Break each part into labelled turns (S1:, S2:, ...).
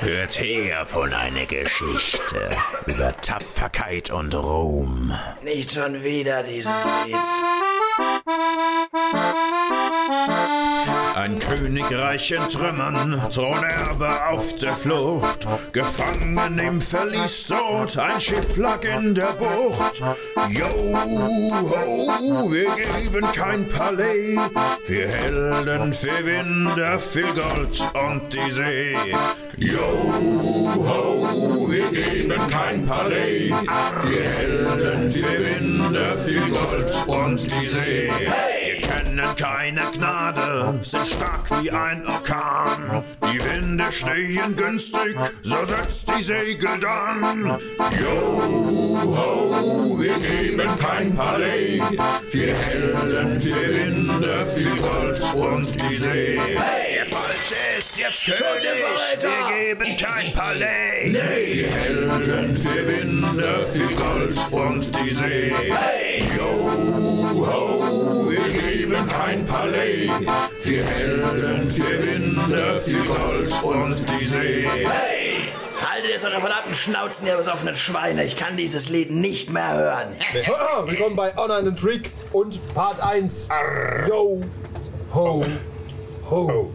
S1: Hört her von einer Geschichte über Tapferkeit und Ruhm.
S2: Nicht schon wieder dieses Lied.
S1: Ein Königreich in Trümmern, Thronerbe auf der Flucht, gefangen im Verlies dort, ein Schiff lag in der Bucht. Yo, ho, wir geben kein Palais, für Helden, für Winde, viel Gold und die See. Yo, ho, wir geben kein Palais, für Helden, für Winde, viel Gold und die See. Wir kennen keine Gnade, sind stark wie ein Orkan. Die Winde stehen günstig, so setzt die Segel dann. Yo, ho, wir geben kein Palais. Wir Helden, wir Winde, viel Gold und die See. Der Falsche ist jetzt König, wir geben kein Palais. Nee. Wir Helden, wir Winde, viel Gold und die See. Yo, ho, wir geben kein Palais. Wir Helden, wir Winde, viel Gold und die See.
S2: Hey! Haltet jetzt eure verdammten Schnauzen, ihr besoffenen Schweine. Ich kann dieses Lied nicht mehr hören.
S3: Ah, Willkommen bei Online and Trick und Part 1. Yo, ho, ho.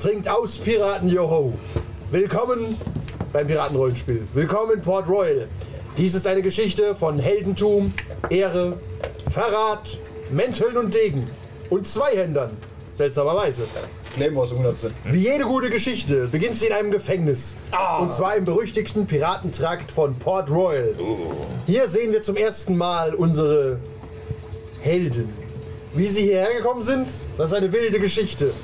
S3: Trinkt aus, Piraten, yo, ho. Willkommen beim Piratenrollenspiel. Willkommen in Port Royal. Dies ist eine Geschichte von Heldentum, Ehre, Verrat, Mänteln und Degen. Und Zweihändern. Seltsamerweise.
S4: Claymores 100%.
S3: Wie jede gute Geschichte beginnt sie in einem Gefängnis.
S4: Ah.
S3: Und zwar im berüchtigten Piratentrakt von Port Royal.
S4: Oh.
S3: Hier sehen wir zum ersten Mal unsere Helden. Wie sie hierher gekommen sind, das ist eine wilde Geschichte.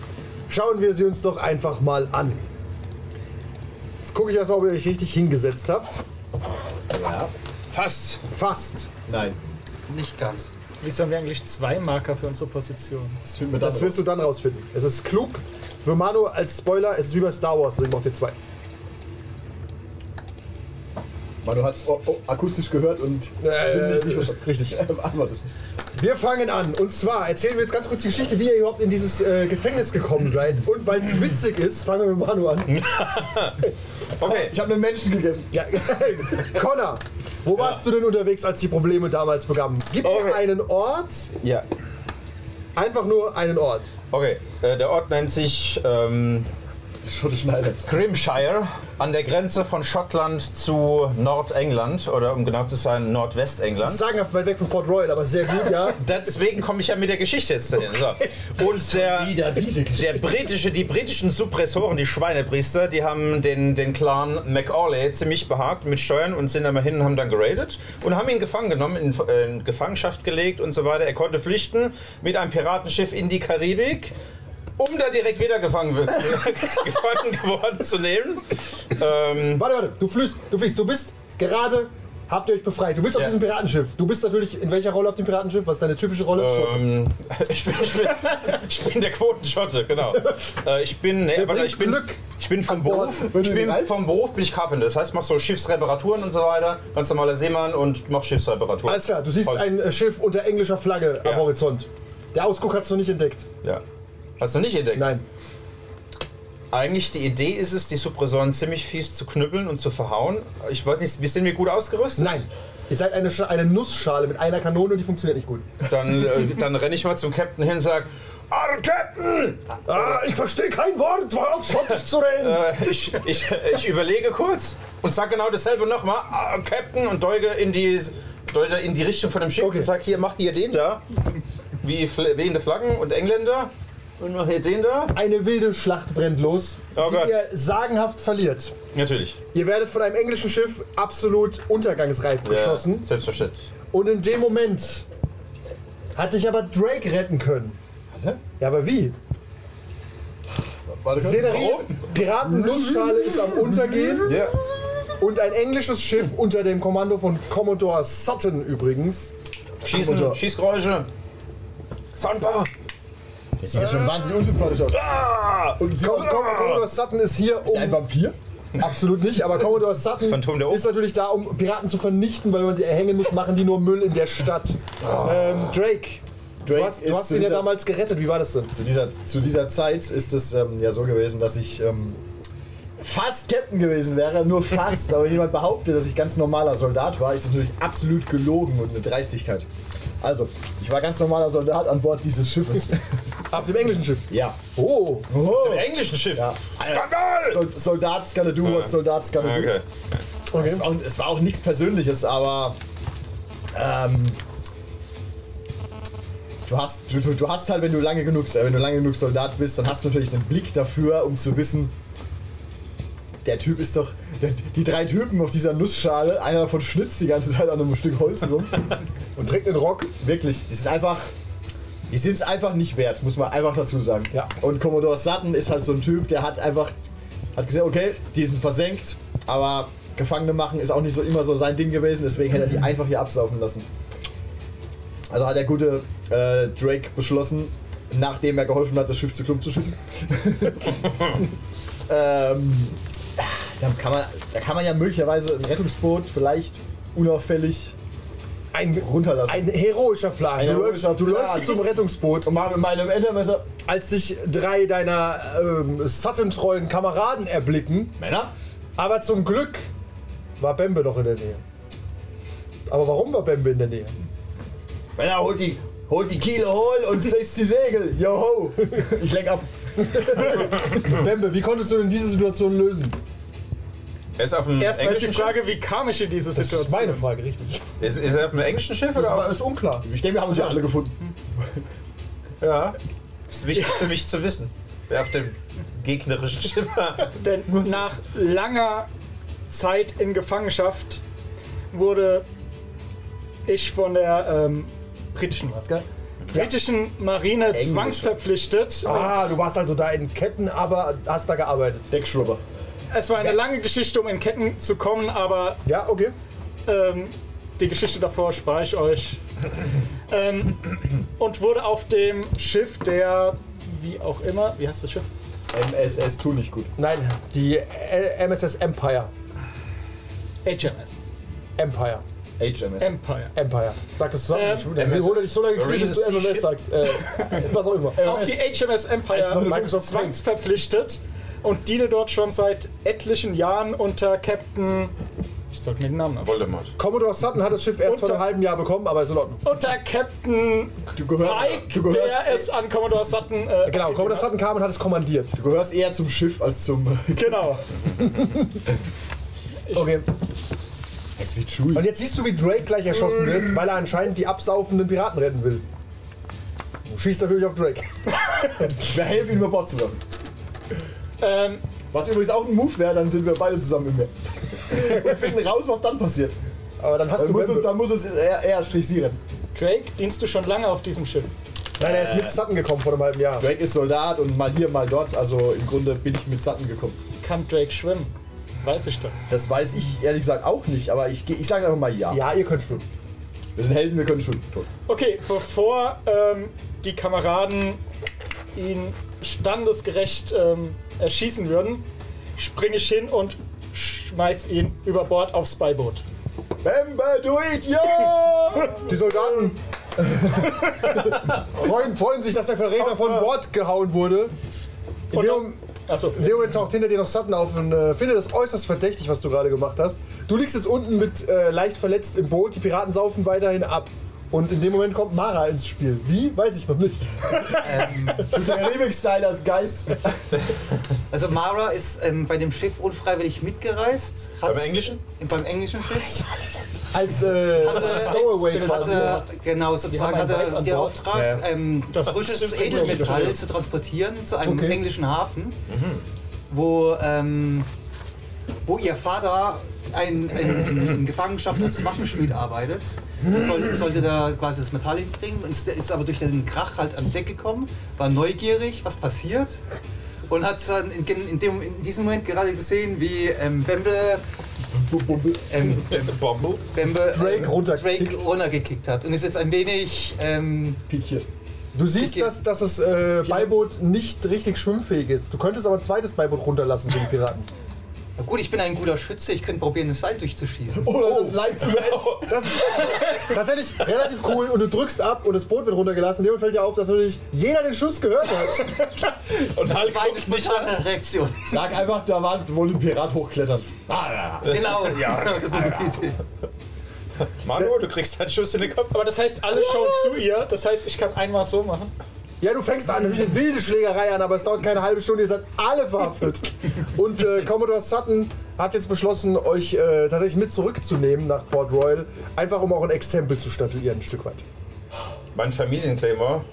S3: Schauen wir sie uns doch einfach mal an. Jetzt gucke ich erstmal, ob ihr euch richtig hingesetzt habt.
S4: Ja.
S5: Fast.
S3: Fast.
S4: Nein.
S6: Nicht ganz. Wieso haben wir eigentlich zwei Marker für unsere Position?
S4: Das finden wir
S3: Das
S4: dann
S3: wirst du dann rausfinden. Es ist klug. Für Manu als Spoiler, es ist wie bei Star Wars, deswegen braucht ihr zwei.
S4: Manu hat es oh, oh, akustisch gehört und
S3: Äh,
S4: sind nicht, nicht verstanden.
S3: richtig.
S4: Antwort ist nicht.
S3: Wir fangen an. Und zwar erzählen wir jetzt ganz kurz die Geschichte, wie ihr überhaupt in dieses äh, Gefängnis gekommen seid. Und weil es witzig ist, fangen wir mit Manu an.
S5: Okay.
S4: Ich habe einen Menschen gegessen.
S3: Ja. Connor, wo warst du denn unterwegs, als die Probleme damals begannen? Gib
S5: Okay.
S3: mir einen Ort,
S5: Ja.
S3: einfach nur einen Ort.
S5: Okay. Äh, der Ort nennt sich ähm,
S4: Schotte Schneiders.
S5: Grimshire an der Grenze von Schottland zu Nordengland oder um genau zu sein
S3: Das ist
S5: Nordwestengland.
S3: sagenhaft weit weg von Port Royal, aber sehr gut, ja.
S5: Deswegen komme ich ja mit der Geschichte jetzt dahin. So. Und der,
S4: Wieder diese
S5: Der
S4: Geschichte.
S5: britische, die britischen Suppressoren, die Schweinepriester, die haben den, den Clan McAuley ziemlich behagt mit Steuern und sind dann mal hin und haben dann geradet und haben ihn gefangen genommen, in, äh, in Gefangenschaft gelegt und so weiter. Er konnte flüchten mit einem Piratenschiff in die Karibik. Um da direkt wieder gefangen, wird- gefangen geworden zu nehmen. Ähm,
S3: Warte, warte, du fließt, du fließt, du bist gerade, habt ihr euch befreit. Du bist auf
S5: Ja.
S3: diesem Piratenschiff. Du bist natürlich, in welcher Rolle auf dem Piratenschiff? Was ist deine typische Rolle? Schotte.
S5: ähm, ich, bin, ich, bin, ich bin der Quotenschotte, genau. Äh, ich bin, nee, warte,
S3: bringt
S5: ich bin,
S3: Glück
S5: ich bin vom
S3: an Bord,
S5: Beruf,
S3: wenn
S5: ich
S3: du
S5: bin
S3: ihn reißt.
S5: vom Beruf bin ich Carpenter. Das heißt, ich mach so Schiffsreparaturen und so weiter. Ganz normaler Seemann und mach Schiffsreparaturen.
S3: Alles klar, du siehst
S5: Holz.
S3: ein äh, Schiff unter englischer Flagge am
S5: Ja.
S3: Horizont. Der Ausguck hat es noch nicht entdeckt.
S5: Ja. Hast du nicht entdeckt?
S3: Nein.
S5: Eigentlich die Idee ist es, die Suppressoren ziemlich fies zu knüppeln und zu verhauen. Ich weiß nicht, wir sind wir gut ausgerüstet?
S3: Nein. Ihr seid eine, Scha eine Nussschale mit einer Kanone, die funktioniert nicht gut.
S5: Dann, äh, dann renne ich mal zum Captain hin und sag, "Arr, Captain!
S3: Ah, ich verstehe kein Wort, war auf Schottisch zu reden.
S5: Äh, ich, ich, ich überlege kurz und sag genau dasselbe nochmal, "Ah, Captain, und deuge in die, deute in die Richtung von dem Schiff
S3: Okay.
S5: und sag, hier, mach hier den da, wie Fl- wehende Flaggen und Engländer, und mach hier den da.
S3: Eine wilde Schlacht brennt los,
S5: Oh
S3: die
S5: Gott.
S3: ihr sagenhaft verliert.
S5: Natürlich.
S3: Ihr werdet von einem englischen Schiff absolut untergangsreif geschossen.
S5: Ja, selbstverständlich.
S3: Und in dem Moment hat dich aber Drake retten können.
S4: Warte.
S3: Ja, aber wie?
S4: Warte
S3: Die
S4: kurz.
S3: Szenerie ist, Piraten-Nussschale ist am Untergehen.
S5: Ja.
S3: Und ein englisches Schiff unter dem Kommando von Commodore Sutton übrigens.
S5: Schießen,
S3: Unter.
S5: Schießgeräusche. Soundbar.
S4: Der sieht ja
S3: Äh.
S4: schon wahnsinnig unsympathisch aus.
S5: Ah!
S4: Und sie
S3: Com Com Commodore Sutton ist hier,
S4: ist er ein
S3: um.
S4: Vampir?
S3: Absolut nicht, aber Commodore Sutton
S5: Phantom der Oper.
S3: ist natürlich da, um Piraten zu vernichten, weil wenn man sie erhängen muss, machen die nur Müll in der Stadt. Ähm, Drake.
S4: Oh. Drake
S3: du hast,
S4: ist
S3: du hast
S4: zu
S3: ihn ja
S4: dieser-
S3: damals gerettet, wie war das denn?
S4: Zu dieser, zu dieser Zeit ist es ähm, ja so gewesen, dass ich ähm, fast Captain gewesen wäre, nur fast, aber jemand behauptet, dass ich ganz normaler Soldat war, ist das natürlich absolut gelogen und eine Dreistigkeit. Also, ich war ganz normaler Soldat an Bord dieses Schiffes.
S3: Auf dem englischen Schiff.
S4: ja.
S3: Oh,
S4: Oh.
S5: Im englischen Schiff.
S4: Ja.
S5: Skandal!
S4: Sol Soldat Skaladur und Soldat Skaladur.
S5: Okay.
S3: okay.
S4: Es war, es war auch nichts Persönliches, aber ähm, du, hast, du, du, du hast halt, wenn du lange genug, äh, wenn du lange genug Soldat bist, dann hast du natürlich den Blick dafür, um zu wissen, der Typ ist doch. Der, die drei Typen auf dieser Nussschale, einer davon schnitzt die ganze Zeit an einem Stück Holz rum und trägt einen Rock. Wirklich, die sind einfach. Die sind es einfach nicht wert, muss man einfach dazu sagen.
S3: Ja.
S4: Und Commodore Sutton ist halt so ein Typ, der hat einfach. Hat gesagt, okay, die sind versenkt, aber Gefangene machen ist auch nicht so immer so sein Ding gewesen, deswegen hätte er die einfach hier absaufen lassen. Also hat der gute äh, Drake beschlossen, nachdem er geholfen hat, das Schiff zu klump zu schießen. ähm, dann kann man, da kann man ja möglicherweise ein Rettungsboot vielleicht unauffällig
S3: Ein,
S4: runterlassen.
S3: ein heroischer Plan.
S4: Ein
S3: du
S4: heroischer
S3: läufst, du
S4: Plan.
S3: läufst zum Rettungsboot. um
S4: und mal mit meinem Entermesser.
S3: Als dich drei deiner ähm, Sutton-treuen Kameraden erblicken,
S4: Männer?
S3: aber zum Glück war Bembe noch in der Nähe. Aber warum war Bembe in der Nähe?
S4: Männer, holt die, holt die Kiele hohl und setzt die Segel. Joho! Ich lenk ab.
S6: Hm.
S3: Bembe, wie konntest du denn diese Situation lösen?
S5: Er ist auf dem
S6: Erstmal ist die
S5: englischen
S6: Frage, wie kam ich in diese
S3: Das
S6: Situation?
S3: ist meine Frage, richtig.
S5: Schiff? Ist, ist er auf dem englischen Schiff oder
S3: Aber
S5: auf
S3: ist unklar.
S4: Ich denke, wir haben uns ja alle gefunden.
S5: Ja. Ist wichtig für mich zu wissen. Wer auf dem gegnerischen Schiff war.
S6: Denn nach langer Zeit in Gefangenschaft wurde ich von der ähm, britischen, was, gell? britischen Marine zwangsverpflichtet.
S3: Ah, du warst also da in Ketten, aber hast da gearbeitet.
S4: Deckschrubber.
S6: Es war eine lange Geschichte, um in Ketten zu kommen, aber
S3: Ja, okay.
S6: ähm, die Geschichte davor spare ich euch. ähm, und wurde auf dem Schiff der, wie auch immer, wie heißt das Schiff?
S4: MSS tun nicht gut.
S3: Nein, die L- MSS Empire.
S6: HMS.
S3: Empire.
S4: HMS.
S6: Empire.
S3: Empire. Sag das zusammen.
S6: Ähm,
S3: Ich wiederhole dich so lange, gekriegt, bis du
S5: Marines
S3: MMS sagst. Äh, was auch immer.
S6: auf die HMS Empire
S4: 1,05
S6: Microsoft zwangsverpflichtet und diene dort schon seit etlichen Jahren unter Captain. Ich sollte mir den Namen aufschreiben.
S5: Voldemort.
S3: Commodore Sutton hat das Schiff erst vor
S6: Unter-
S3: einem halben Jahr bekommen, aber ist in Ordnung.
S6: Unter Captain
S4: Du gehörst,
S6: Pike,
S4: du, gehörst,
S6: der es an Commodore Sutton. Äh,
S3: Genau, Commodore Sutton kam und hat es kommandiert.
S4: du gehörst eher zum Schiff als zum.
S6: Genau.
S3: Okay.
S4: Es wird schul.
S3: Und jetzt siehst du, wie Drake gleich erschossen wird, weil er anscheinend die absaufenden Piraten retten will. Du schießt natürlich auf Drake.
S4: Wir helfen ihm über Bord zu werfen.
S6: Ähm,
S4: Was übrigens auch ein Move wäre, dann sind wir beide zusammen im Meer. Wir finden raus, was dann passiert.
S3: Aber dann hast
S4: Dann
S3: du.
S4: muss
S3: Bembe.
S4: uns, dann muss uns er, er strich sie rennen.
S6: Drake, dienst du schon lange auf diesem Schiff?
S3: Nein, er ist mit Sutton gekommen vor einem halben Jahr.
S4: Äh, Drake ist Soldat und mal hier, mal dort. Also im Grunde bin ich mit Sutton gekommen.
S6: Kann Drake schwimmen? Weiß ich das?
S4: Das weiß ich ehrlich gesagt auch nicht, aber ich, geh- ich sage einfach mal ja.
S3: Ja, ihr könnt schwimmen.
S4: Wir sind Helden, wir können schon. Tot.
S6: Okay, bevor ähm, die Kameraden ihn standesgerecht ähm, erschießen würden, springe ich hin und schmeiß ihn über Bord aufs Beiboot.
S4: Bembe, du Idiot!
S3: Die Soldaten freuen, freuen sich, dass der Verräter von Bord gehauen wurde. In
S6: Und
S3: dem,
S6: dann-
S3: Mom-
S6: Achso,
S3: in dem Moment taucht hinter dir noch Sutton auf und äh, finde das äußerst verdächtig, was du gerade gemacht hast. Du liegst jetzt unten mit äh, leicht verletzt im Boot, die Piraten saufen weiterhin ab. Und in dem Moment kommt Mara ins Spiel. Wie? Weiß ich noch nicht.
S4: Der Remix-Stylers Geist.
S7: Also Mara ist ähm, bei dem Schiff unfreiwillig mitgereist. Hat
S5: Beim englischen?
S7: Beim englischen Schiff.
S3: Als äh,
S7: Hatte-
S3: Stowaway quasi.
S7: Hatte, genau, sozusagen
S6: haben einen Wald
S7: hatte
S6: an
S7: den
S6: Bord.
S7: Auftrag,
S4: Ja.
S7: ähm,
S6: Das
S7: frisches
S6: Schiff-
S7: Edelmetall zu transportieren zu einem
S3: Okay.
S7: englischen Hafen,
S6: Mhm.
S7: wo, ähm, wo ihr Vater ein, ein, in, in Gefangenschaft als Waffenschmied arbeitet.
S6: Mhm.
S7: Soll, sollte da quasi das Metall hinbringen, und ist, ist aber durch den Krach halt ans Deck gekommen, war neugierig, was passiert. Und hat dann in, in, dem, in diesem Moment gerade gesehen, wie ähm, Bembe ähm,
S5: Bombo.
S7: Bembe
S3: Drake runtergekickt.
S7: äh, Drake runtergekickt hat und ist jetzt ein wenig ähm,
S4: Piekchen.
S3: Du siehst,
S7: Okay.
S3: dass, dass das äh, Beiboot nicht richtig schwimmfähig ist. Du könntest aber ein zweites Beiboot runterlassen für die Piraten.
S7: Na gut, ich bin ein guter Schütze, ich könnte probieren, das Seil durchzuschießen.
S3: Oh.
S4: Oder das Leid zu
S7: Genau.
S3: Das ist tatsächlich relativ cool und du drückst ab und das Boot wird runtergelassen. Dem fällt ja auf, dass natürlich jeder den Schuss gehört hat.
S5: Und Hulk
S7: Meine
S5: guckt nicht an.
S7: spontane Reaktion.
S4: Sag einfach, da war, wollte ein Pirat hochklettern. Ah, ja.
S7: Genau, das ist eine gute Idee.
S5: Manu, du kriegst einen Schuss in den Kopf.
S6: Aber das heißt, alle schauen zu ihr. Das heißt, ich kann einmal so machen.
S3: Ja, du fängst an, eine wilde Schlägerei an, aber es dauert keine halbe Stunde, ihr seid alle verhaftet. Und äh, Commodore Sutton hat jetzt beschlossen, euch äh, tatsächlich mit zurückzunehmen nach Port Royal, einfach um auch ein Exempel zu statuieren, ein Stück weit.
S5: Mein Familienclaimer.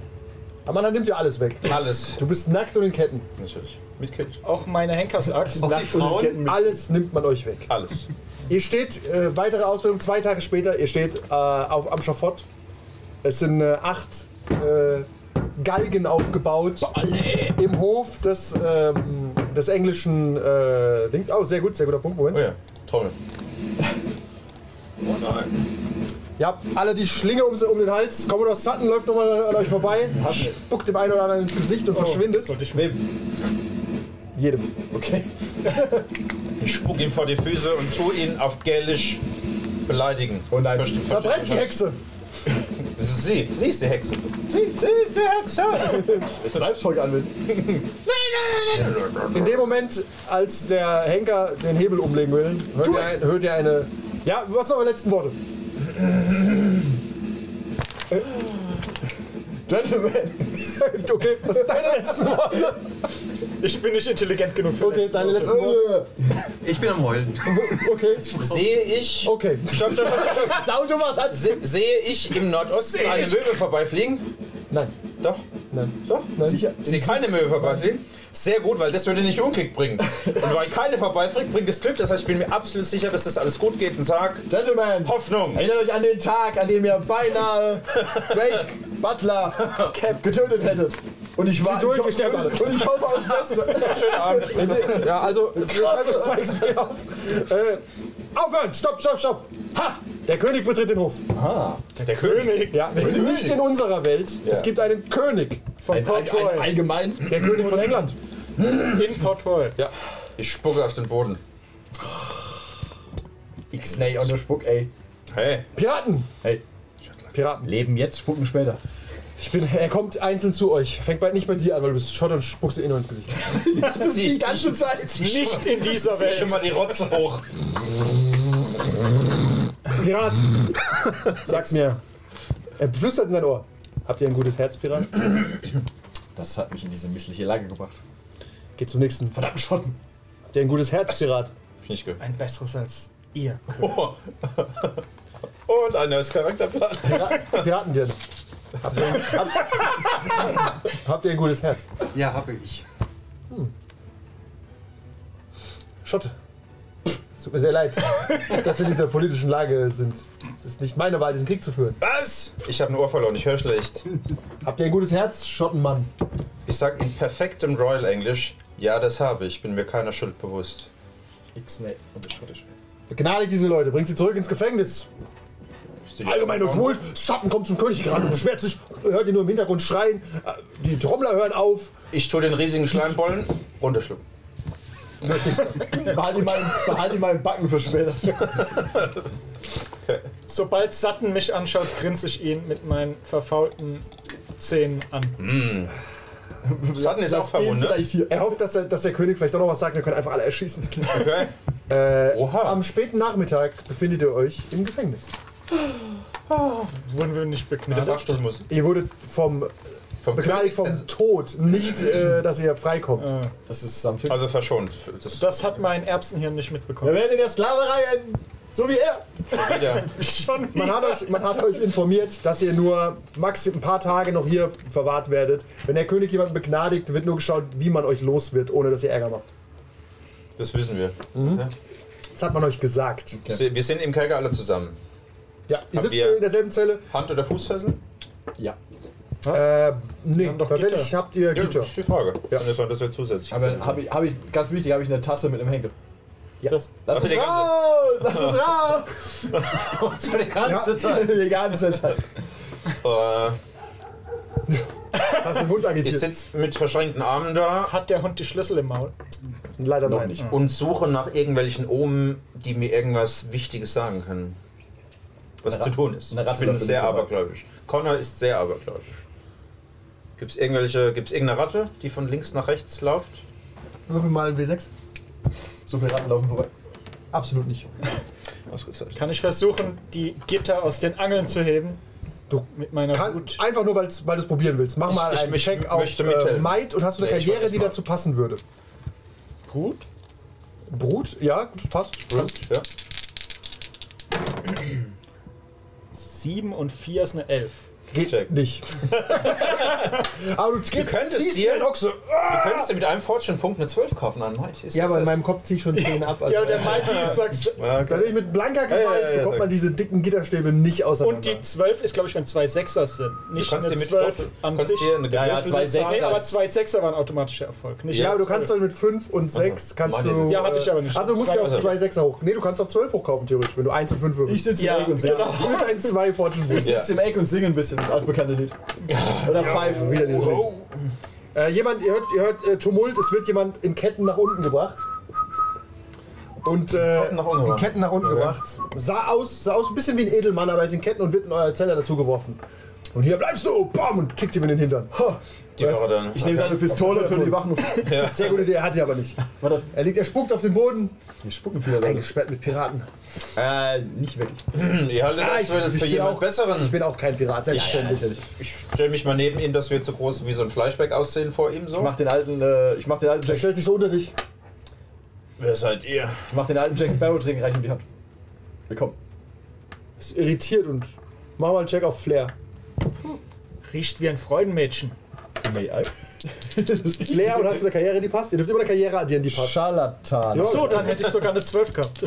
S3: Aber man nimmt ja alles weg.
S5: Alles.
S3: Du bist nackt und in Ketten.
S5: Natürlich. Mit Kind.
S6: Auch meine Henkersaxt.
S7: Auch die
S3: Nackt und in
S7: Frauen.
S3: Ketten. Alles nimmt man euch weg.
S5: Alles.
S3: Ihr steht, äh, weitere Ausbildung, zwei Tage später, ihr steht äh, auf, am Schafott. Es sind äh, acht äh, Galgen aufgebaut im Hof des, ähm, des englischen äh, Dings. Oh, sehr gut, sehr guter Punkt, Moment.
S5: Oh ja. Trommel.
S3: Ihr habt alle die Schlinge um, um den Hals. Commodore Sutton läuft nochmal an euch vorbei, spuckt dem einen oder anderen ins Gesicht
S5: Oh,
S3: und verschwindet.
S6: Sollte ich schweben.
S3: Jedem.
S5: Ich spuck ihm vor die Füße und tu ihn auf Gälisch beleidigen.
S4: Oh nein.
S5: Verste- verste-
S3: Verbrennt die Hexe!
S5: Das ist sie. Sie ist die Hexe. Sie, sie ist die Hexe.
S4: Treibsfolge anwesend.
S3: In dem Moment, als der Henker den Hebel umlegen will, hört ihr, ein, hört ihr eine. Ja, was sind eure letzten Worte? Äh.
S4: Gentleman.
S3: Okay, was sind deine letzten Worte?
S6: Ich bin nicht intelligent genug für
S3: Okay,
S6: letzte
S3: deine
S6: Worte.
S3: letzten Worte.
S7: Ich bin am Heulen.
S3: Okay.
S5: Sehe ich.
S3: Okay.
S5: Stopp, stopp, stopp, stopp.
S4: Sau, du halt was hat's.
S5: Se sehe ich im Nordosten eine Möwe vorbeifliegen?
S3: Nein,
S5: Doch.
S3: nein.
S5: Doch.
S4: Sicher.
S5: Ich sehe keine Möwe vorbeifliegen. Sehr gut, weil das würde nicht Unglück bringen. Und weil keine vorbeifliegt, bringt es Glück. Das heißt, ich bin mir absolut sicher, dass das alles gut geht und sag
S4: Gentleman.
S5: Hoffnung.
S4: Erinnert euch an den Tag, an dem ihr beinahe Drake Butler getötet hättet. Und ich war.
S3: durch,
S4: ich
S3: ihr sterbt alle.
S4: Und ich hoffe aufs Beste.
S5: Schönen Abend.
S3: Ja, also, wir schreiben uns zwei XP auf. Äh, aufhören! Stopp, stopp, stopp! Ha! Der König betritt den Hof.
S5: Der König.
S3: Ja, wir sind nicht in unserer Welt. Es gibt einen König. Von
S4: Ein, ein, ein, allgemein.
S3: der König von England.
S6: In Port Royal.
S5: Ja. Ich spucke auf den Boden.
S4: X-Nay on the Spuck, ey.
S5: Hey.
S3: Piraten!
S4: Hey.
S3: Piraten.
S4: Leben jetzt, spucken später.
S3: Ich bin, er kommt einzeln zu euch. Fängt bald nicht bei dir an, weil du bist Schott und spuckst dir eh nur ins Gesicht.
S4: Das ist die ganze Zeit.
S6: Nicht in dieser
S5: Zieh schon
S6: Welt.
S5: mal die Rotze hoch.
S3: Pirat! Sag's mir. Er flüstert in dein Ohr. Habt ihr ein gutes Herz, Pirat?
S4: Das hat mich in diese missliche Lage gebracht.
S3: Geht zum nächsten.
S4: Verdammt, Schotten.
S3: Habt ihr ein gutes Herz, Pirat?
S5: Hab ich nicht gehört.
S6: Ein besseres als ihr.
S5: Oh. Und ein neues Charakterplan.
S3: Piratendirn. Habt ihr, habt, habt ihr ein gutes Herz?
S7: Ja, habe ich.
S3: Schotte. Es tut mir sehr leid, dass wir in dieser politischen Lage sind. Es ist nicht meine Wahl, diesen Krieg zu führen.
S5: Was? Ich habe ein Ohr verloren, ich höre schlecht.
S3: Habt ihr ein gutes Herz, Schottenmann?
S5: Ich sag in perfektem Royal English, ja, das habe ich, bin mir keiner Schuld bewusst.
S4: X-Nay on the Schottisch.
S3: Begnadigt diese Leute, bringt sie zurück ins Gefängnis. Allgemeine Tumult, Sutton kommt zum König gerannt und beschwert sich, hört ihr nur im Hintergrund schreien, Äh, die Trommler hören auf.
S5: Ich tue den riesigen Schleimbollen runterschlucken.
S3: Halt
S4: Behalt ihn mal, behalt ihn mal im Backen für später.
S6: Sobald Satten mich anschaut, grinse ich ihn mit meinen verfaulten Zähnen an.
S5: Sutton ist auch
S4: Lass den
S5: verwundet.
S4: vielleicht hier.
S3: Er hofft, dass der, dass der König vielleicht doch noch was sagt, wir können einfach alle erschießen.
S5: Okay. Oha.
S3: Am späten Nachmittag befindet ihr euch im Gefängnis.
S6: Wurden wir nicht
S5: Der
S6: begnadigt?
S5: Fahrstuhl muss.
S3: Ihr wurdet vom
S5: Vom
S3: begnadigt vom
S5: Also-
S3: Tod, nicht, äh, dass ihr freikommt.
S4: Das ist Samtück.
S5: Also verschont. Das
S6: Das hat mein Erbsenhirn nicht mitbekommen.
S4: Wir werden in der Sklaverei enden. So wie er.
S5: wieder.
S6: Schon
S3: Man hat, euch, man hat euch informiert, dass ihr nur maximal ein paar Tage noch hier verwahrt werdet. Wenn der König jemanden begnadigt, wird nur geschaut, wie man euch los wird, ohne dass ihr Ärger macht.
S5: Das wissen wir.
S3: Das hat man euch gesagt.
S5: Wir sind im Kerker alle zusammen.
S3: Ja, ihr sitzt
S5: wir-
S3: in derselben Zelle.
S5: Hand- oder Fußfesseln?
S4: Ja.
S3: Äh, nee,
S6: haben doch
S3: tatsächlich
S6: Gitter.
S3: habt ihr
S5: Ja,
S3: Gitter.
S5: das ist die Frage.
S3: Ja.
S5: Und das soll das ja zusätzlich.
S4: Aber habe ich, hab ich, ganz wichtig, habe ich eine Tasse mit einem Henkel.
S6: Das,
S4: Lass
S5: Also
S4: uns
S5: die ganze-
S4: raus! Lass uns raus!
S7: So die ganze
S5: halt.
S3: Ja.
S7: Zeit.
S4: Die ganze Zeit.
S5: Äh,
S3: Hast den Hund
S5: Ich
S3: agitiert?
S5: sitze mit verschränkten Armen da
S6: Hat der Hund die Schlüssel im Maul?
S3: Leider noch nicht.
S5: und suche nach irgendwelchen Omen, die mir irgendwas Wichtiges sagen können. Was zu tun ist.
S4: eine Ratte
S5: ich bin
S4: dafür
S5: sehr
S4: nicht dabei.
S5: abergläubisch. Connor ist sehr abergläubisch. Gibt es irgendwelche, gibt's irgendeine Ratte, die von links nach rechts läuft?
S3: Würfel mal ein W6.
S4: So viele Ratten laufen vorbei.
S3: Absolut nicht.
S5: Ausgezeichnet.
S6: Kann ich versuchen, die Gitter aus den Angeln zu heben? Du mit meiner
S3: Kann,
S6: Wut.
S3: einfach nur, weil's, weil du es probieren willst. Mach mal
S5: ich-
S3: einen
S5: ich
S3: Check
S5: möchte
S3: auf äh,
S5: mithelfen.
S3: Might und hast du eine
S5: Nee, ich mach
S3: Karriere,
S5: das
S3: die
S5: mal.
S3: dazu passen würde.
S6: Brut?
S3: Brut, ja, das passt. Kannst-
S5: Ja.
S6: 7 und 4 ist eine 11.
S3: Geht
S5: Check.
S3: nicht. aber du, ziehst-
S5: könntest
S3: ziehst
S5: dir-
S3: dir einen Ochse.
S5: Du könntest dir mit einem Fortune-Punkt eine 12 kaufen an. Nein, das ist
S3: Ja, aber in
S5: Success.
S3: meinem Kopf ziehe ich schon 10 ab. Also
S6: Ja, und der Mighty ist sagst
S3: Tatsächlich mit blanker Gewalt
S5: ja, ja,
S3: bekommt
S5: ja.
S3: man diese dicken Gitterstäbe nicht auseinander.
S6: Und die 12 ist, glaube ich, wenn zwei Sechsers sind.
S5: Du
S6: Nicht
S5: kannst dir
S6: eine
S5: mit
S6: 12
S5: Doppel,
S6: an
S5: kannst
S6: sich.
S5: dir eine
S4: Ja, ja,
S5: gewürfelte
S4: zwei
S5: Zahl-
S6: Nee, aber
S4: als-
S6: zwei Sechser waren automatischer Erfolg. Nicht
S3: ja,
S5: Ja,
S3: aber du
S4: äh,
S3: kannst doch mit 5 und 6 kannst
S5: Mann,
S3: du.
S5: das-
S6: Ja, hatte ich aber nicht.
S3: Also du musst ja auf
S5: Also.
S3: 2 6er hoch. Nee, du kannst auf 12 hochkaufen, theoretisch, wenn du 1 und 5
S4: Ich
S3: würfelst.
S4: sitze
S6: Ja,
S4: im Eck und singe.
S6: genau.
S3: Das sind ein 2 Fortune Boost.
S5: Ja.
S4: Ich sitze im Eck und singe ein bisschen, das altbekannte Lied. Oder pfeife, wieder dieses Lied.
S3: Äh, jemand, ihr hört, ihr hört äh, Tumult, es wird jemand in Ketten nach unten gebracht. Und äh,
S5: Ketten nach unten
S3: in
S5: gebracht.
S3: Ketten nach unten
S5: Okay.
S3: gebracht. Sah aus, sah aus ein bisschen wie ein Edelmann, aber ist in Ketten und wird in euer Zeller dazu geworfen. Und hier bleibst du, bam, und kickt ihm in den Hintern. Ha,
S5: Die Woche dann.
S4: Ich nehme seine Pistole und die Wachen.
S3: sehr gute Idee, er hat die aber nicht.
S4: Warte,
S3: Er liegt, er spuckt auf den Boden,
S4: hier spucken viele Leute.
S3: eingesperrt mit Piraten.
S4: Äh, nicht wirklich.
S5: Ihr haltet
S3: Ah,
S5: das für, für
S3: bin
S5: jemand
S3: auch, Ich
S5: Besseren.
S3: bin auch kein Pirat, selbstverständlich.
S5: Ich stelle mich mal neben ihn, dass wir zu groß wie so ein Flashback aussehen vor ihm so.
S4: Ich mach den alten, äh, ich mach den alten
S3: Er
S4: Jack,
S3: stellt sich so unter dich.
S5: Wer seid ihr?
S4: ich mach den alten Jack Sparrow trinken, reich ihm die Hand. Willkommen.
S3: Ist irritiert und mach mal einen Check auf Flair.
S6: Riecht wie ein Freudenmädchen.
S3: Flair und hast du eine Karriere, die passt? Ihr dürft immer eine Karriere addieren, die passt.
S4: Scharlatan.
S3: Ja.
S6: So, dann hätte ich sogar eine 12 gehabt.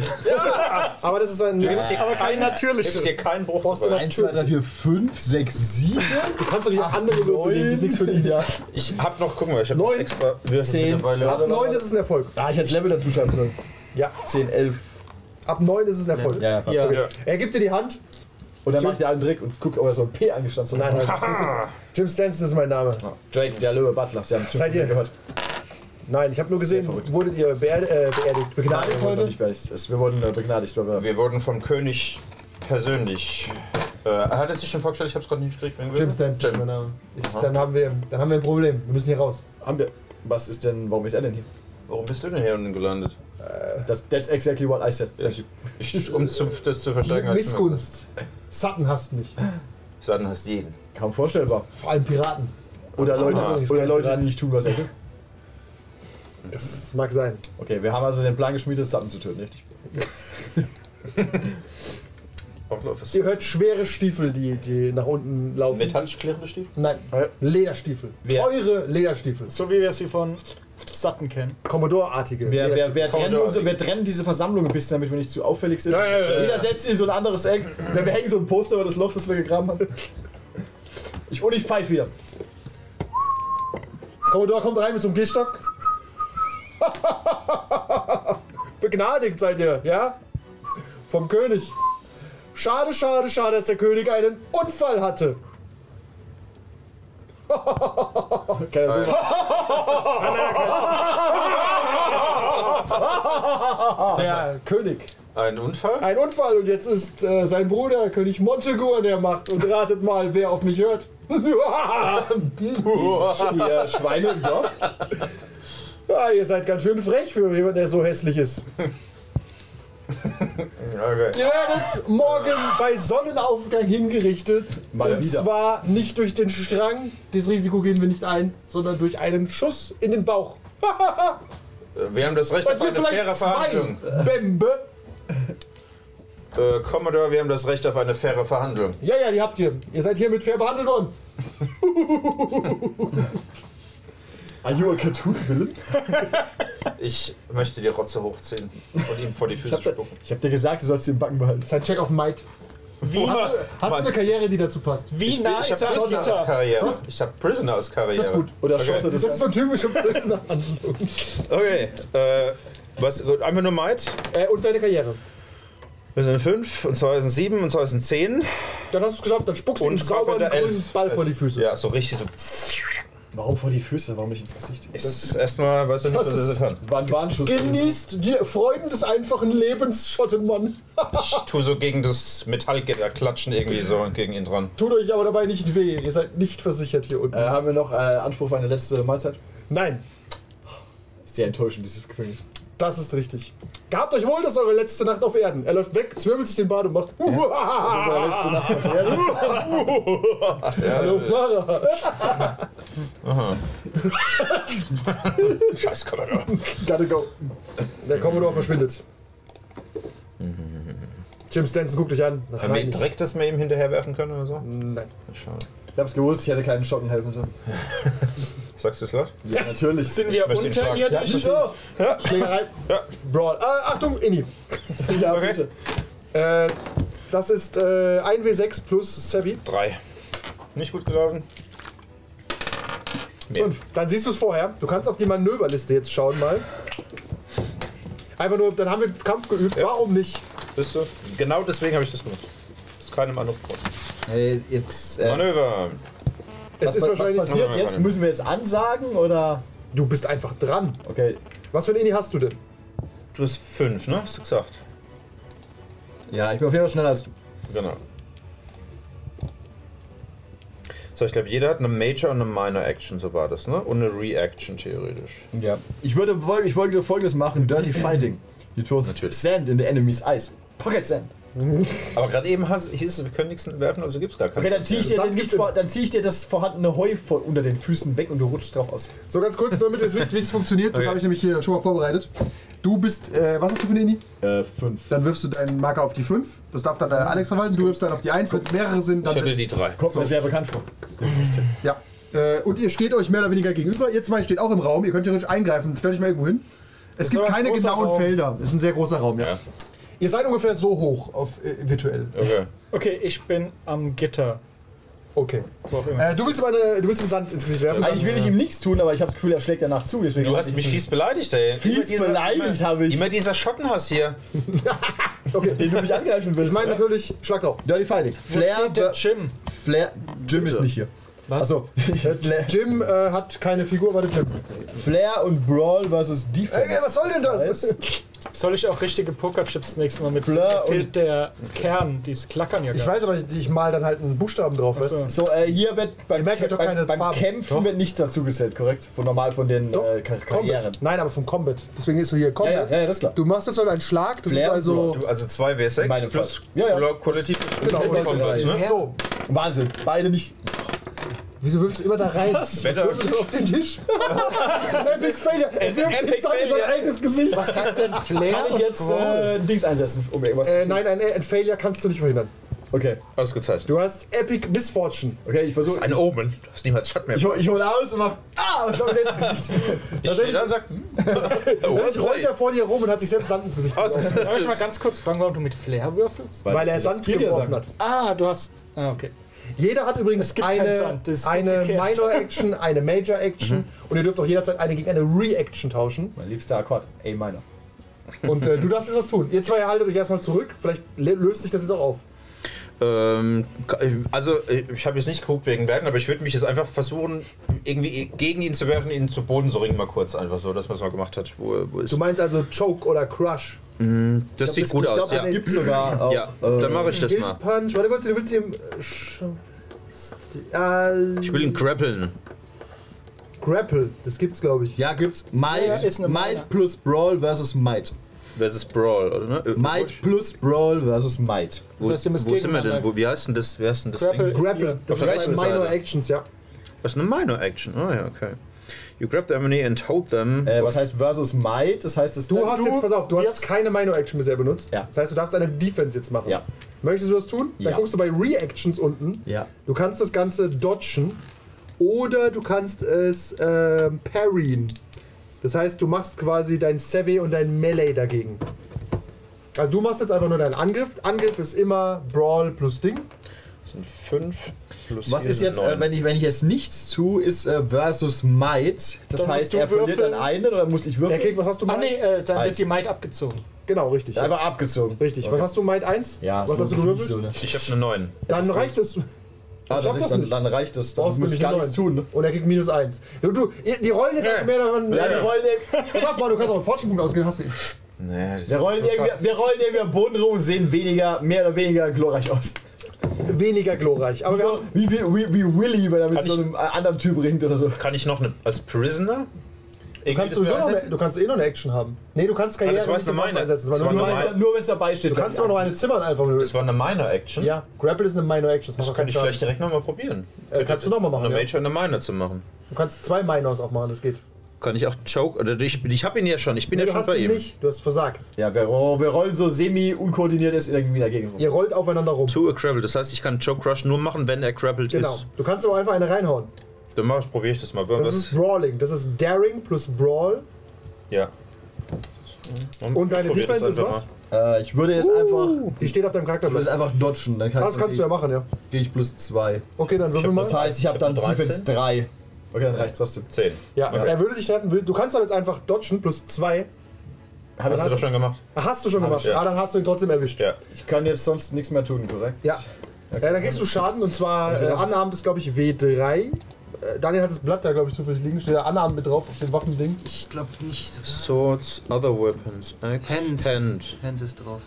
S3: Aber das ist ein. Du
S5: Gibt's hier
S6: Aber kein
S5: Gibt's
S6: natürliches.
S5: hier keinen Bruch?
S3: Brauchst du
S5: dabei?
S3: noch-
S4: 1, 2, 3, 4, 5, 6, 7,
S3: kannst doch nicht auch andere Würfel nehmen, die ist nichts für dich.
S4: ja.
S5: Ich hab noch, guck mal, ich hab
S3: Neun,
S5: noch extra Würfel
S4: 10,
S5: dabei.
S3: Ab 9 ist es ein Erfolg.
S4: Ah, ich hätte das Level dazu schreiben sollen.
S3: Ja.
S4: 10, 11.
S3: Ab 9 ist es ein Erfolg.
S4: Ja, ja, passt.
S6: Ja.
S5: Ja.
S3: Er gibt dir die Hand.
S4: Und dann mach ich den alten Trick und guck, ob er so ein P angestanzt hat.
S3: Nein, nein. Jim Stanson ist mein Name.
S4: Drake, der Löwe Butler, Sie haben bestimmt
S3: Seid ihr-
S4: gehört.
S3: Nein, ich habe nur gesehen,
S4: verrückt.
S3: wurdet ihr beer äh, beerdigt,
S4: Nein,
S3: begnadigt
S4: wir wurden
S3: heute?
S4: nicht beerdigt. Es- Wir wurden äh, begnadigt, weil wir
S5: Wir wurden vom König persönlich. Äh, hat er sich schon vorgestellt? Ich hab's gerade nicht gekriegt.
S3: Jim Stanson ist mein
S5: Jim.
S3: Name. Ich, dann, haben wir, dann haben wir ein Problem. Wir müssen hier raus.
S4: Haben wir. Was ist denn. Warum ist er denn hier?
S5: Warum bist du denn hier unten gelandet?
S3: Äh.
S4: Das, that's exactly what I said. Thank you.
S5: Ich, um zu, das zu verstärken. als ich mir-
S3: Missgunst. Sutton hasst mich.
S5: Satan hast jeden.
S4: Kaum vorstellbar.
S3: Vor allem Piraten.
S4: Oder Leute,
S3: Ah.
S4: oder Leute die nicht tun, was er will.
S3: Das mag sein.
S4: Okay, wir haben also den Plan geschmiedet, Sappen zu töten, richtig?
S5: Auch läuft
S3: Ihr hört schwere Stiefel, die, die nach unten laufen.
S5: Metallisch klirrende Stiefel?
S3: Nein, Lederstiefel.
S4: Wer-
S3: Teure Lederstiefel.
S6: So wie wir sie von Sutton kennen.
S3: Commodore-artige.
S4: Wir, wir,
S3: Lederstiefel.
S4: wir, trennen
S5: Komm,
S4: unsere, wir trennen diese Versammlung ein bisschen, damit wir nicht zu auffällig sind.
S3: Ja, ja, ja,
S4: Jeder setzt sich in so ein anderes Eck. Wir, wir hängen so ein Poster über das Loch, das wir gegraben haben. Ich, und ich pfeife wieder.
S3: Commodore kommt rein mit so einem Gehstock. Begnadigt seid ihr, ja? Vom König. Schade, schade, schade, dass der König einen Unfall hatte.
S4: Okay, also,
S3: Der König.
S5: Ein Unfall?
S3: Ein Unfall und jetzt ist äh, sein Bruder, König Montagu, an der Macht. Und ratet mal, wer auf mich hört.
S4: die äh, Schweine im Dorf.
S3: Ah, ihr seid ganz schön frech für jemanden, der so hässlich ist.
S5: Okay.
S3: Ihr werdet morgen bei Sonnenaufgang hingerichtet.
S4: Mal
S3: und
S4: wieder.
S3: zwar nicht durch den Strang, das Risiko gehen wir nicht ein, sondern durch einen Schuss in den Bauch.
S5: Äh, Wir haben das Recht
S3: Bei
S5: auf
S3: dir
S5: eine faire
S3: vielleicht zwei
S5: Verhandlung.
S3: Bämbe.
S5: Äh, Commodore, wir haben das Recht auf eine faire Verhandlung.
S3: Ja, ja, die habt ihr. Ihr seid hiermit fair behandelt worden.
S4: Are you a cartoon villain?
S5: Ich möchte die Rotze hochziehen und ihm vor die Füße spucken.
S4: Ich hab dir gesagt, du sollst sie im Backen behalten.
S3: Das ist ein Check auf Might.
S6: Wie,
S3: Hast, du- hast du eine Karriere, die dazu passt?
S6: wie
S5: Ich,
S6: nah
S5: ich
S6: ist er
S5: habe
S6: an
S5: Prisoner als
S6: Gitter?
S5: Karriere. Ich habe Prisoner als Karriere.
S3: Das ist gut.
S4: Oder
S5: Okay.
S4: okay. das,
S3: Das ist so
S4: das
S3: ein typischer Handlung.
S5: Okay. Äh, was, gut, einfach nur Might.
S3: Äh, und deine Karriere.
S5: Das sind 5 und 2 sind 7 und 2 sind 10.
S3: Dann hast du es geschafft, dann spuckst du
S5: Und
S3: einen sauberen
S5: Carpenter
S3: grünen
S5: elf.
S3: Ball vor die Füße.
S5: Ja, so richtig so.
S4: Warum vor die Füße? Warum nicht ins Gesicht?
S5: Ist erstmal, weiß er nicht,
S4: Das
S5: was er
S4: ist
S5: kann.
S4: war ein Warnschuss.
S3: Genießt die Freuden des einfachen Lebens, Schottenmann.
S5: Ich tu so gegen das Metallgitter klatschen irgendwie so und gegen ihn dran.
S3: Tut euch aber dabei nicht weh. Ihr seid nicht versichert hier unten.
S4: Äh, haben wir noch äh, Anspruch auf eine letzte Mahlzeit?
S3: Nein,
S4: Ist sehr enttäuschend, dieses Gefängnis.
S3: das ist richtig. Gehabt euch wohl, das ist eure letzte Nacht auf Erden. Er läuft weg, zwirbelt sich den Bart und macht. Ah.
S4: Unsere letzte Nacht auf Erden.
S3: Hallo, Mara.
S5: Scheiß Kamera.
S3: Gotta go. Der Commodore verschwindet. Jim Stanson guckt dich an. Das
S5: Haben
S3: war
S5: wir ein
S3: nicht.
S5: Dreck, das wir ihm hinterherwerfen können oder so?
S4: Hm.
S3: Nein.
S5: Schade.
S4: Ich hab's gewusst, ich hätte keinen Schotten helfen sollen.
S5: Sagst du es laut?
S4: Ja, natürlich.
S6: Sind wir
S5: möchte den
S6: unter
S5: Schlag.
S6: ihr?
S5: Ja,
S3: Wieso? Schlägerei.
S5: Ja.
S3: Brawl. Äh, Achtung, Inni.
S4: Ja,
S5: Okay.
S4: bitte.
S3: Äh, das ist äh, 1W6 plus Savvy.
S5: Drei. Nicht gut gelaufen. Nee.
S3: Fünf. Dann siehst du es vorher. Du kannst auf die Manöverliste jetzt schauen mal. Einfach nur, dann haben wir Kampf geübt. Warum nicht?
S5: Bist du? Genau deswegen habe ich das gemacht. Ist keinem anderen Grund.
S4: Hey, jetzt. Äh,
S5: Manöver.
S3: Es
S4: was,
S3: ist
S4: pa-
S3: wahrscheinlich.
S4: was passiert
S5: Nein, nein,
S4: jetzt?
S5: nein.
S4: Müssen wir jetzt ansagen oder?
S3: du bist einfach dran.
S4: Okay.
S3: Was für ein Inni hast du denn?
S5: Du hast fünf, ne? Hast du gesagt?
S4: Ja, ich bin auf jeden Fall schneller als du.
S5: Genau. So, ich glaube, jeder hat eine Major und eine Minor Action, so war das, ne? Und eine Reaction theoretisch.
S4: Ja. Ich würde woll- ich wollte folgendes machen: Dirty Fighting. You throw
S5: Natürlich.
S4: Sand in the enemy's eyes. Pocket Sand.
S5: Aber gerade eben hast, hieß es, wir können nichts werfen, also gibt's gar keinen.
S4: Okay, dann zieh ich dir,
S3: Sand
S4: den nicht
S3: nicht in-
S4: vor, dann zieh ich dir das vorhandene Heu vor, unter den Füßen weg und du rutschst drauf aus.
S3: So ganz kurz, nur damit ihr wisst, wie es funktioniert. Das
S5: Okay.
S3: habe ich nämlich hier schon mal vorbereitet. Du bist, äh, was hast du für ein Inni?
S4: Äh, fünf.
S3: Dann wirfst du deinen Marker auf die 5. Das darf dann der
S4: Mhm.
S3: Alex verwalten. Du wirfst dann auf die 1. Wenn es mehrere sind, dann.
S5: ich hatte die drei.
S4: Kommt mir sehr bekannt vor.
S3: Ja. Äh, Und ihr steht euch mehr oder weniger gegenüber. Ihr zwei steht auch im Raum. Ihr könnt theoretisch eingreifen. Stellt euch mal irgendwo hin. Es gibt
S6: aber ein
S3: keine
S6: großer
S3: genauen
S6: Raum.
S3: Felder. Es ist ein sehr großer Raum, ja.
S5: Ja.
S3: Ihr seid ungefähr so hoch auf äh, virtuell.
S5: Okay.
S6: Okay, ich bin am Gitter.
S3: Okay.
S6: Wo auch immer.
S3: Äh, du willst meine, du willst ihm Sand ins Gesicht werfen.
S4: Eigentlich will ich ihm nichts tun, aber ich habe das Gefühl, er schlägt danach zu. Deswegen
S5: Du hast mich fies beleidigt, ey.
S4: Fies
S5: Immer dieser-
S4: beleidigt
S5: immer-
S4: habe ich.
S5: Immer dieser Schottenhass hier.
S4: den
S3: Okay.
S4: du mich angreifen willst.
S3: Ich meine natürlich, schlag drauf.
S4: Dirty Fighting.
S6: Wo
S4: Flair,
S6: steht der
S4: Be-
S6: Jim?
S4: Flair. Jim ist nicht hier.
S6: Was?
S4: Achso.
S3: Äh,
S4: Flair,
S3: Jim äh, hat keine Figur, warte Jim.
S4: Flair und Brawl versus Defense.
S3: Ey, was soll denn das?
S6: Soll ich auch richtige Pokerchips nächstes Mal mitbringen?
S4: Blur
S6: Da
S4: und-
S6: fehlt der Kern, die klackern ja
S3: Ich
S6: gar
S3: weiß aber, ich, ich mal dann halt einen Buchstaben drauf.
S6: Ach so.
S3: weißt
S4: So, äh, hier wird beim,
S3: merkt ja doch
S4: beim,
S3: keine
S4: beim
S3: Farbe.
S4: Kämpfen wird nichts dazu gezählt, korrekt? Von normal von den
S3: du?
S4: äh, Kar Karrieren.
S3: Combat. Nein, aber vom Combat. Deswegen ist so hier
S4: Ja,
S3: Combat.
S4: ja, ja, ja, das ist klar.
S3: Du machst jetzt halt einen Schlag, das
S4: Flair
S3: ist
S4: und
S3: also.
S4: Block.
S5: Du, also 2 W6
S4: Meine
S5: plus
S4: Faust. Ja, Genau, ja.
S5: Color Quality plus
S3: oder so.
S5: Combat, ne?
S3: So,
S4: Wahnsinn, beide nicht.
S3: wieso wirfst du immer da rein?
S5: Wenn du-
S3: Wirbel auf den Tisch. Epic Failure. Er wirft
S5: Epic
S3: jetzt an sein
S5: Failure.
S3: eigenes Gesicht.
S6: nicht. Ist denn Flair?
S4: Kann ich jetzt äh, ein Dings einsetzen, um irgendwas
S3: Äh,
S4: zu tun?
S3: nein, ein, ein Failure kannst du nicht verhindern.
S4: Okay,
S5: Ausgezeichnet.
S3: Du hast Epic Misfortune.
S4: okay, ich
S5: Das
S4: versuche.
S5: ist ein Omen. Du hast niemals Schatten mehr.
S4: Ich, hol- ich hole aus und mach. Ah! Und schlag mir selbst ins Gesicht.
S5: ich stehe da und sag, hm?
S3: Plötzlich rollt er vor dir rum und hat sich selbst Sand ins Gesicht geworfen,
S6: Darf ich mal ganz kurz fragen, warum du mit Flair würfelst?
S3: weil er
S4: das
S3: Sand
S4: Tier dir
S3: geworfen hat.
S4: sagt.
S6: Ah, du hast. Ah, okay.
S3: Jeder hat übrigens
S6: Es gibt
S3: eine,
S6: keinen Sand, das ist
S3: eine
S6: umgekehrt.
S3: Minor Action, eine Major Action und ihr dürft auch jederzeit eine gegen eine Reaction tauschen.
S4: Mein liebster Akkord, A minor.
S3: Und äh, du darfst jetzt was tun. Ihr zwei haltet euch erstmal zurück, vielleicht le- löst sich das jetzt auch auf.
S5: Ähm, also, ich habe jetzt nicht geguckt wegen Werden, aber ich würde mich jetzt einfach versuchen, irgendwie gegen ihn zu werfen, ihn zu Boden zu ringen, mal kurz einfach so, dass man es mal gemacht hat. Wo, wo ist
S3: Du meinst also Choke oder Crush?
S5: das sieht
S4: Es-
S5: gut
S4: ich
S5: aus,
S4: glaub, Es
S5: ja.
S4: gibt sogar. Auch,
S5: ja,
S4: äh,
S5: dann mache ich das
S3: Guild
S5: mal.
S3: Punch, warte kurz, du willst ihm. Sch äh,
S5: Ich will ihn grappeln.
S3: Grapple, das gibt's glaube ich.
S4: ja, gibt's. Might,
S6: Ja, ist eine Minor.
S4: Might plus Brawl versus Might.
S5: Versus Brawl, oder? Ne?
S4: Might plus Brawl versus Might.
S5: Wo,
S6: Das heißt, ihr müsst
S5: wo sind wir denn?
S6: gegeneinander-
S5: Wo, wie heißt denn das, wie heißt denn das
S6: Grapple
S5: Ding?
S6: ist-
S3: Grapple, das
S5: Auf der
S3: ist
S5: rechten
S3: Minor
S5: Seite.
S3: Actions, ja.
S5: Das ist eine Minor Action. Ah ja, okay. You grab the enemy and hold them.
S4: Äh, was heißt versus Might? Das heißt, dass
S3: Du hast jetzt, pass auf, du hast
S6: wirfst-
S3: keine Minor Action bisher benutzt.
S4: Also Ja.
S3: Das heißt, du darfst eine Defense jetzt machen.
S4: Ja.
S3: Möchtest du das tun? Dann
S4: Ja.
S3: guckst du bei Reactions unten.
S4: Ja.
S3: Du kannst das Ganze dodgen oder du kannst es ähm, parryen. Das heißt, du machst quasi dein Savvy und dein Melee dagegen. Also du machst jetzt einfach nur deinen Angriff. Angriff ist immer Brawl plus Ding.
S5: Das sind 5 plus
S4: Was
S5: vier
S4: ist
S5: sind
S4: jetzt,
S5: neun.
S4: äh, wenn, ich, wenn ich jetzt nichts tue, ist äh, versus Might. Das
S6: Dann musst
S4: heißt,
S6: du
S4: er verliert
S6: würfeln.
S4: dann einen oder muss ich
S3: Er
S4: würfeln?
S3: kriegt, was hast du
S6: Ah,
S3: Might?
S6: nee, äh, dann
S4: Eins.
S6: wird die Might abgezogen.
S3: Genau, richtig.
S4: Ja, Einfach abgezogen.
S3: Richtig. Was hast du Might 1? was
S4: Ja, so
S3: hast du
S4: ist es nicht
S3: gewürfelt?
S4: so, ne?
S5: Ich habe eine 9.
S3: Dann reicht es. schaff
S4: Ah, dann,
S3: das
S4: ist, dann,
S3: nicht.
S4: dann reicht das. Dann
S3: Brauchst du
S4: muss ich
S3: nicht um
S4: gar
S3: einen
S4: nichts tun. ne?
S3: neuen. Und er kriegt minus eins. Du, du, ihr- die rollen jetzt einfach mehr davon.
S4: Ja, wir rollen,
S3: Pass auf, mal, du kannst auch einen Fortschrittspunkt ausgehen, hast du.
S5: Nee,
S4: wir, rollen irgendwie, wir rollen irgendwie am Boden rum und sehen weniger, mehr oder weniger glorreich aus.
S3: Weniger glorreich. Aber wir
S4: So,
S3: haben,
S4: wie, wie, wie, wie Willy, wenn er mit
S5: Kann
S4: so
S5: ich-
S4: einem anderen Typ ringt oder so.
S5: Kann ich noch eine, als Prisoner?
S3: du, kannst
S5: das
S3: sowieso noch eine,
S5: einsetzen?
S3: du kannst eh noch eine Action haben. Nee, du kannst Karriere
S5: das war
S3: nicht
S5: eine
S3: im Kampf
S5: meine.
S3: einsetzen.
S5: Das
S3: Weil
S5: war
S3: du,
S5: eine
S3: nur,
S5: meine.
S3: du
S4: Nur wenn es dabei steht. dann-
S3: kannst immer noch eine zimmern, einfach wenn du willst.
S5: Das war eine Minor-Action.
S3: Ja, Grapple ist eine Minor Action, das macht auch
S5: Kann
S3: keinen
S5: ich vielleicht
S3: Schaden.
S5: direkt nochmal probieren.
S3: Äh, kannst du nochmal machen.
S5: Eine
S3: Ja.
S5: Major und eine Minor zu machen.
S3: Du kannst zwei Minors auch machen, das geht.
S5: Kann ich auch Choke? Oder ich, ich hab ihn ja schon. Ich bin
S3: du
S5: ja schon
S3: hast
S5: bei
S3: ihn
S5: ihm.
S3: nicht, du hast versagt.
S4: Ja, wir, ro- wir rollen so semi-unkoordiniert ist irgendwie dagegen rum.
S3: Ihr rollt aufeinander rum.
S5: To a Crabble. Das heißt, ich kann Choke Crush nur machen, wenn er crabbled
S3: Genau.
S5: ist.
S3: Du kannst aber einfach eine reinhauen.
S5: Dann mach, ich- probier ich das mal.
S3: Das
S5: Was?
S3: ist Brawling. Das ist Daring plus Brawl.
S5: Ja.
S3: Und deine
S5: Ich probier das
S3: Defense ist
S5: einfach
S3: was?
S5: mal.
S4: Äh, ich würde
S3: Uh.
S4: jetzt einfach.
S3: Die steht auf deinem
S4: Ich würde
S3: Charakterblatt.
S4: jetzt einfach dodgen. Dann kann
S3: Ah,
S4: ich
S3: Das kannst du
S4: dann
S3: ja machen, ja.
S4: eh- Gehe ich plus 2.
S3: Okay, dann würfel mal.
S4: Das heißt, ich habe dann
S5: Ich hab nur
S4: Defense 3. Okay, dann reicht's trotzdem.
S5: 10.
S3: Ja,
S5: okay.
S3: er würde dich treffen. will- Du kannst aber jetzt einfach dodgen plus zwei.
S4: Hab
S5: Hast du doch
S4: ich,
S5: schon gemacht?
S3: Ah, Hast du schon gemacht.
S5: ich, ja.
S3: Ah, dann hast du ihn trotzdem erwischt.
S5: Ja.
S4: ich kann jetzt sonst nichts mehr tun, korrekt?
S3: Ja. Äh, dann kriegst du Schaden und zwar
S5: genau.
S3: äh, Anabend ist, glaube ich, W3. Äh, Daniel hat das Blatt da, glaube ich, zufällig liegen. Steht da Anabend mit drauf auf dem Waffending.
S7: Ich glaube nicht. oder?
S5: Swords, other weapons, axe,
S7: Hand.
S5: hand.
S7: Hand ist drauf.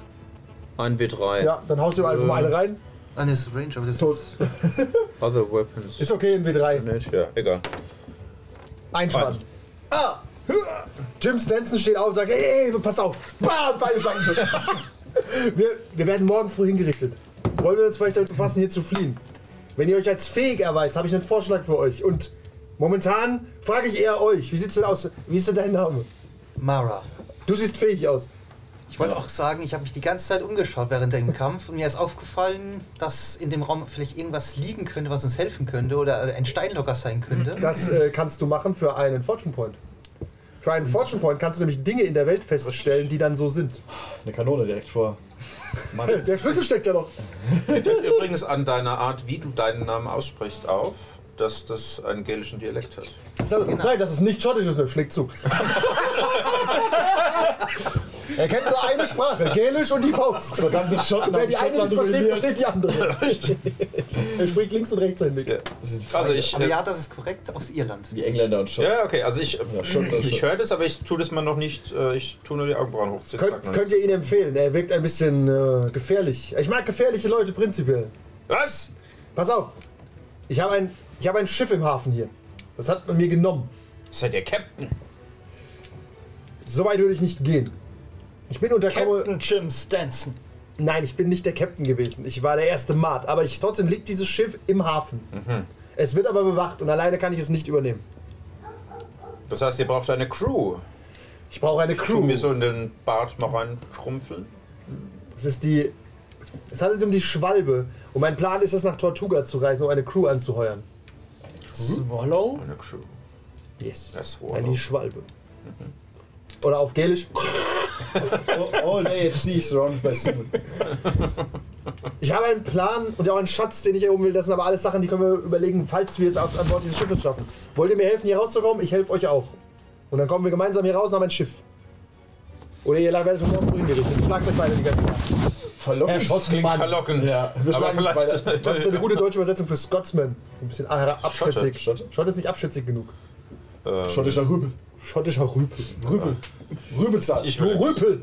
S5: 1w3.
S3: Ja, dann haust du einfach
S5: Äh.
S3: mal eine rein.
S7: Ah, ne, ist Range, aber das
S3: Tot.
S7: ist.
S5: Other weapons.
S3: Ist okay in W3.
S5: nicht? Ja, egal.
S3: Ein Schaden. Ah! Jim Stanson steht auf und sagt, hey, hey, pass auf. Bam, beide Banken schon. wir, wir werden morgen früh hingerichtet. Wollen wir uns vielleicht damit befassen, hier zu fliehen? Wenn ihr euch als fähig erweist, habe ich einen Vorschlag für euch. Und momentan frage ich eher euch, wie sieht's denn aus? Wie ist denn dein Name?
S7: Mara.
S3: Du siehst fähig aus.
S7: Ich wollte auch sagen, ich habe mich die ganze Zeit umgeschaut während dem Kampf und mir ist aufgefallen, dass in dem Raum vielleicht irgendwas liegen könnte, was uns helfen könnte oder ein Stein locker sein könnte.
S3: Das äh, kannst du machen für einen Fortune Point. Für einen Fortune Point kannst du nämlich Dinge in der Welt feststellen, die dann so sind.
S4: Eine Kanone direkt vor. Mann,
S3: Der Schlüssel steckt ja noch.
S5: Fällt übrigens an deiner Art, wie du deinen Namen aussprichst, auf, dass das einen gälischen Dialekt hat.
S3: Ich sage, Nein, das ist nicht schottisch, das ist- schlägt zu. er kennt nur eine Sprache, Gälisch und die Faust.
S4: verdammte Schotten
S3: Wer
S4: haben
S3: die eine
S4: Schottland
S3: nicht versteht,
S4: dominiert.
S3: versteht die andere. er spricht links und rechts hinweg.
S5: Also ich.
S7: Aber
S5: äh,
S7: ja, das ist korrekt, aus Irland.
S4: Die Engländer und Schotten.
S5: ja, okay, also ich, äh,
S4: schon, schon.
S5: ich höre das, aber ich tue das mal noch nicht, äh, ich tue nur die Augenbrauen hoch. Zick,
S3: Könnt,
S5: zack,
S3: könnt ihr ihn empfehlen? Er wirkt ein bisschen äh, gefährlich. Ich mag gefährliche Leute prinzipiell.
S5: Was?
S3: Pass auf, ich habe ein, ich habe ein Schiff im Hafen hier. Das hat man mir genommen.
S5: Seid ihr Captain?
S3: So weit würde ich nicht gehen. Ich bin unterkomme.
S6: Captain Jim Stanson.
S3: Nein, ich bin nicht der Captain gewesen. Ich war der erste Mart. Aber ich, trotzdem liegt dieses Schiff im Hafen.
S5: Mhm.
S3: Es wird aber bewacht und alleine kann ich es nicht übernehmen.
S5: Das heißt, ihr braucht eine Crew.
S3: Ich brauche eine
S5: Tu
S3: Crew.
S5: mir so in den Bart mal reinschrumpfeln.
S3: Es ist die. Es handelt sich um die Schwalbe. Und mein Plan ist es, nach Tortuga zu reisen, um eine Crew anzuheuern.
S6: Swallow?
S5: Eine Crew.
S3: Yes.
S5: Das Swallow.
S3: Nein, die Schwalbe.
S5: Mhm.
S3: Oder auf Gälisch.
S4: Oh, oh nee, jetzt sehe ich's wrong. Weißt du.
S3: Ich habe einen Plan und auch einen Schatz, den ich erhoben will. Das sind aber alles Sachen, die können wir überlegen, falls wir es auf- an Bord dieses Schiffes schaffen. Wollt ihr mir helfen, hier rauszukommen? Ich helfe euch auch. Und dann kommen wir gemeinsam hier raus und haben ein Schiff. Oder ihr werdet morgen früh hingerichtet. Schlagt euch beide die ganze Nacht.
S4: Verlockend.
S5: Klingt verlockend.
S4: Ja, wir
S5: aber
S4: schlagen uns
S5: vielleicht.
S3: Das ist eine gute deutsche Übersetzung für Scotsman. Ein bisschen ah, abschätzig.
S4: Schotte.
S3: Schott ist nicht abschätzig genug.
S4: Schottischer Rübel.
S3: Schottischer Rüpel.
S4: Rübel. Rübelzahl.
S5: Ich
S3: Du
S5: will.
S3: Rüpel!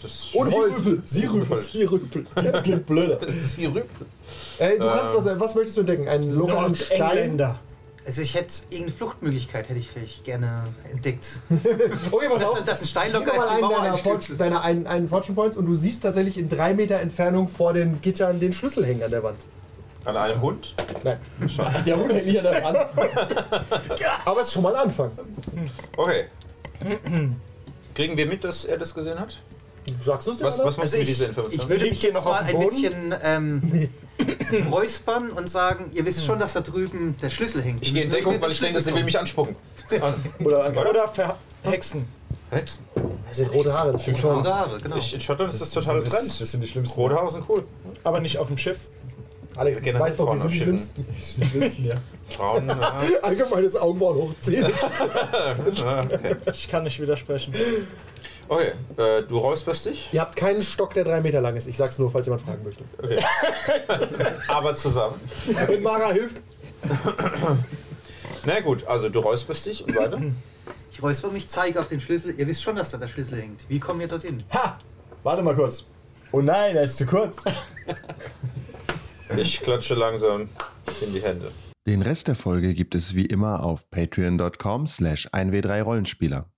S5: Das
S3: Und Holt.
S4: Rübel. Sie Rübel.
S5: Rübel.
S4: Sie Rübel. Ja, Klingt blöder.
S5: ist die Rübe.
S3: Ey, du kannst was, was möchtest du entdecken? Einen lokalen Stein?
S6: Nordengländer.
S7: Also ich hätte irgendeine Fluchtmöglichkeit hätte ich vielleicht gerne entdeckt.
S3: Okay, pass
S7: Dass,
S3: auf.
S7: dass ein Stein
S3: Gib
S7: locker
S3: mir mal
S7: ist, die
S3: einen
S7: Mauer
S3: deiner,
S7: einstürzt.
S3: Fortune,
S7: ist.
S3: deiner einen, einen Fortune Points und du siehst tatsächlich in drei Meter Entfernung vor den Gittern den Schlüssel hängen an der Wand.
S5: An einem Hund?
S3: Nein.
S4: Der Hund hängt nicht an der Wand.
S3: Aber es ist schon mal ein Anfang.
S5: Okay. Kriegen wir mit, dass er das gesehen hat?
S3: Sagst du es dir?
S5: Was,
S3: oder?
S5: was machst
S7: Also
S5: du mit
S7: ich,
S5: dieser
S7: ich
S5: Information?
S7: würde
S6: Liegt
S7: mich
S6: hier
S7: jetzt
S6: noch auf
S7: mal
S6: dem
S7: ein
S6: Boden?
S7: bisschen ähm, räuspern und sagen, ihr wisst schon, dass da drüben der Schlüssel hängt.
S5: Ich gehe in Deckung, weil ich denke, dass er will mich anspucken.
S4: Oder an
S6: Oder verhexen.
S5: Hexen.
S3: Das sind rote Haare, das stimmt schon.
S7: Rote Haare, genau.
S5: Ich, in Schottland ist das total
S4: das,
S5: fremd.
S4: das sind die schlimmsten.
S5: Rote Haare sind cool.
S6: Aber nicht auf dem Schiff.
S3: Alex, du
S5: Generell
S3: weißt doch, die
S5: Frauen
S3: sind die
S5: auf
S3: schlimmsten.
S4: Die schlimmsten, ja.
S5: Frauen, äh, ja.
S3: Allgemeines Augenbrauen hochziehen.
S5: äh, Okay.
S6: Ich kann nicht widersprechen.
S5: Okay, äh, du räusperst dich,
S3: Ihr habt keinen Stock, der drei Meter lang ist. Ich sag's nur, falls jemand fragen möchte.
S5: aber zusammen.
S3: Wenn Mara hilft,
S5: Na gut, also du räusperst dich und weiter.
S7: Ich räusper mich, zeige auf den Schlüssel. Ihr wisst schon, dass da der Schlüssel hängt. Wie kommen wir dorthin?
S4: Ha! Warte mal kurz. Oh nein, er ist zu kurz.
S5: Ich klatsche langsam in die Hände.
S8: Den Rest der Folge gibt es wie immer auf patreon.com slash 1w3rollenspieler.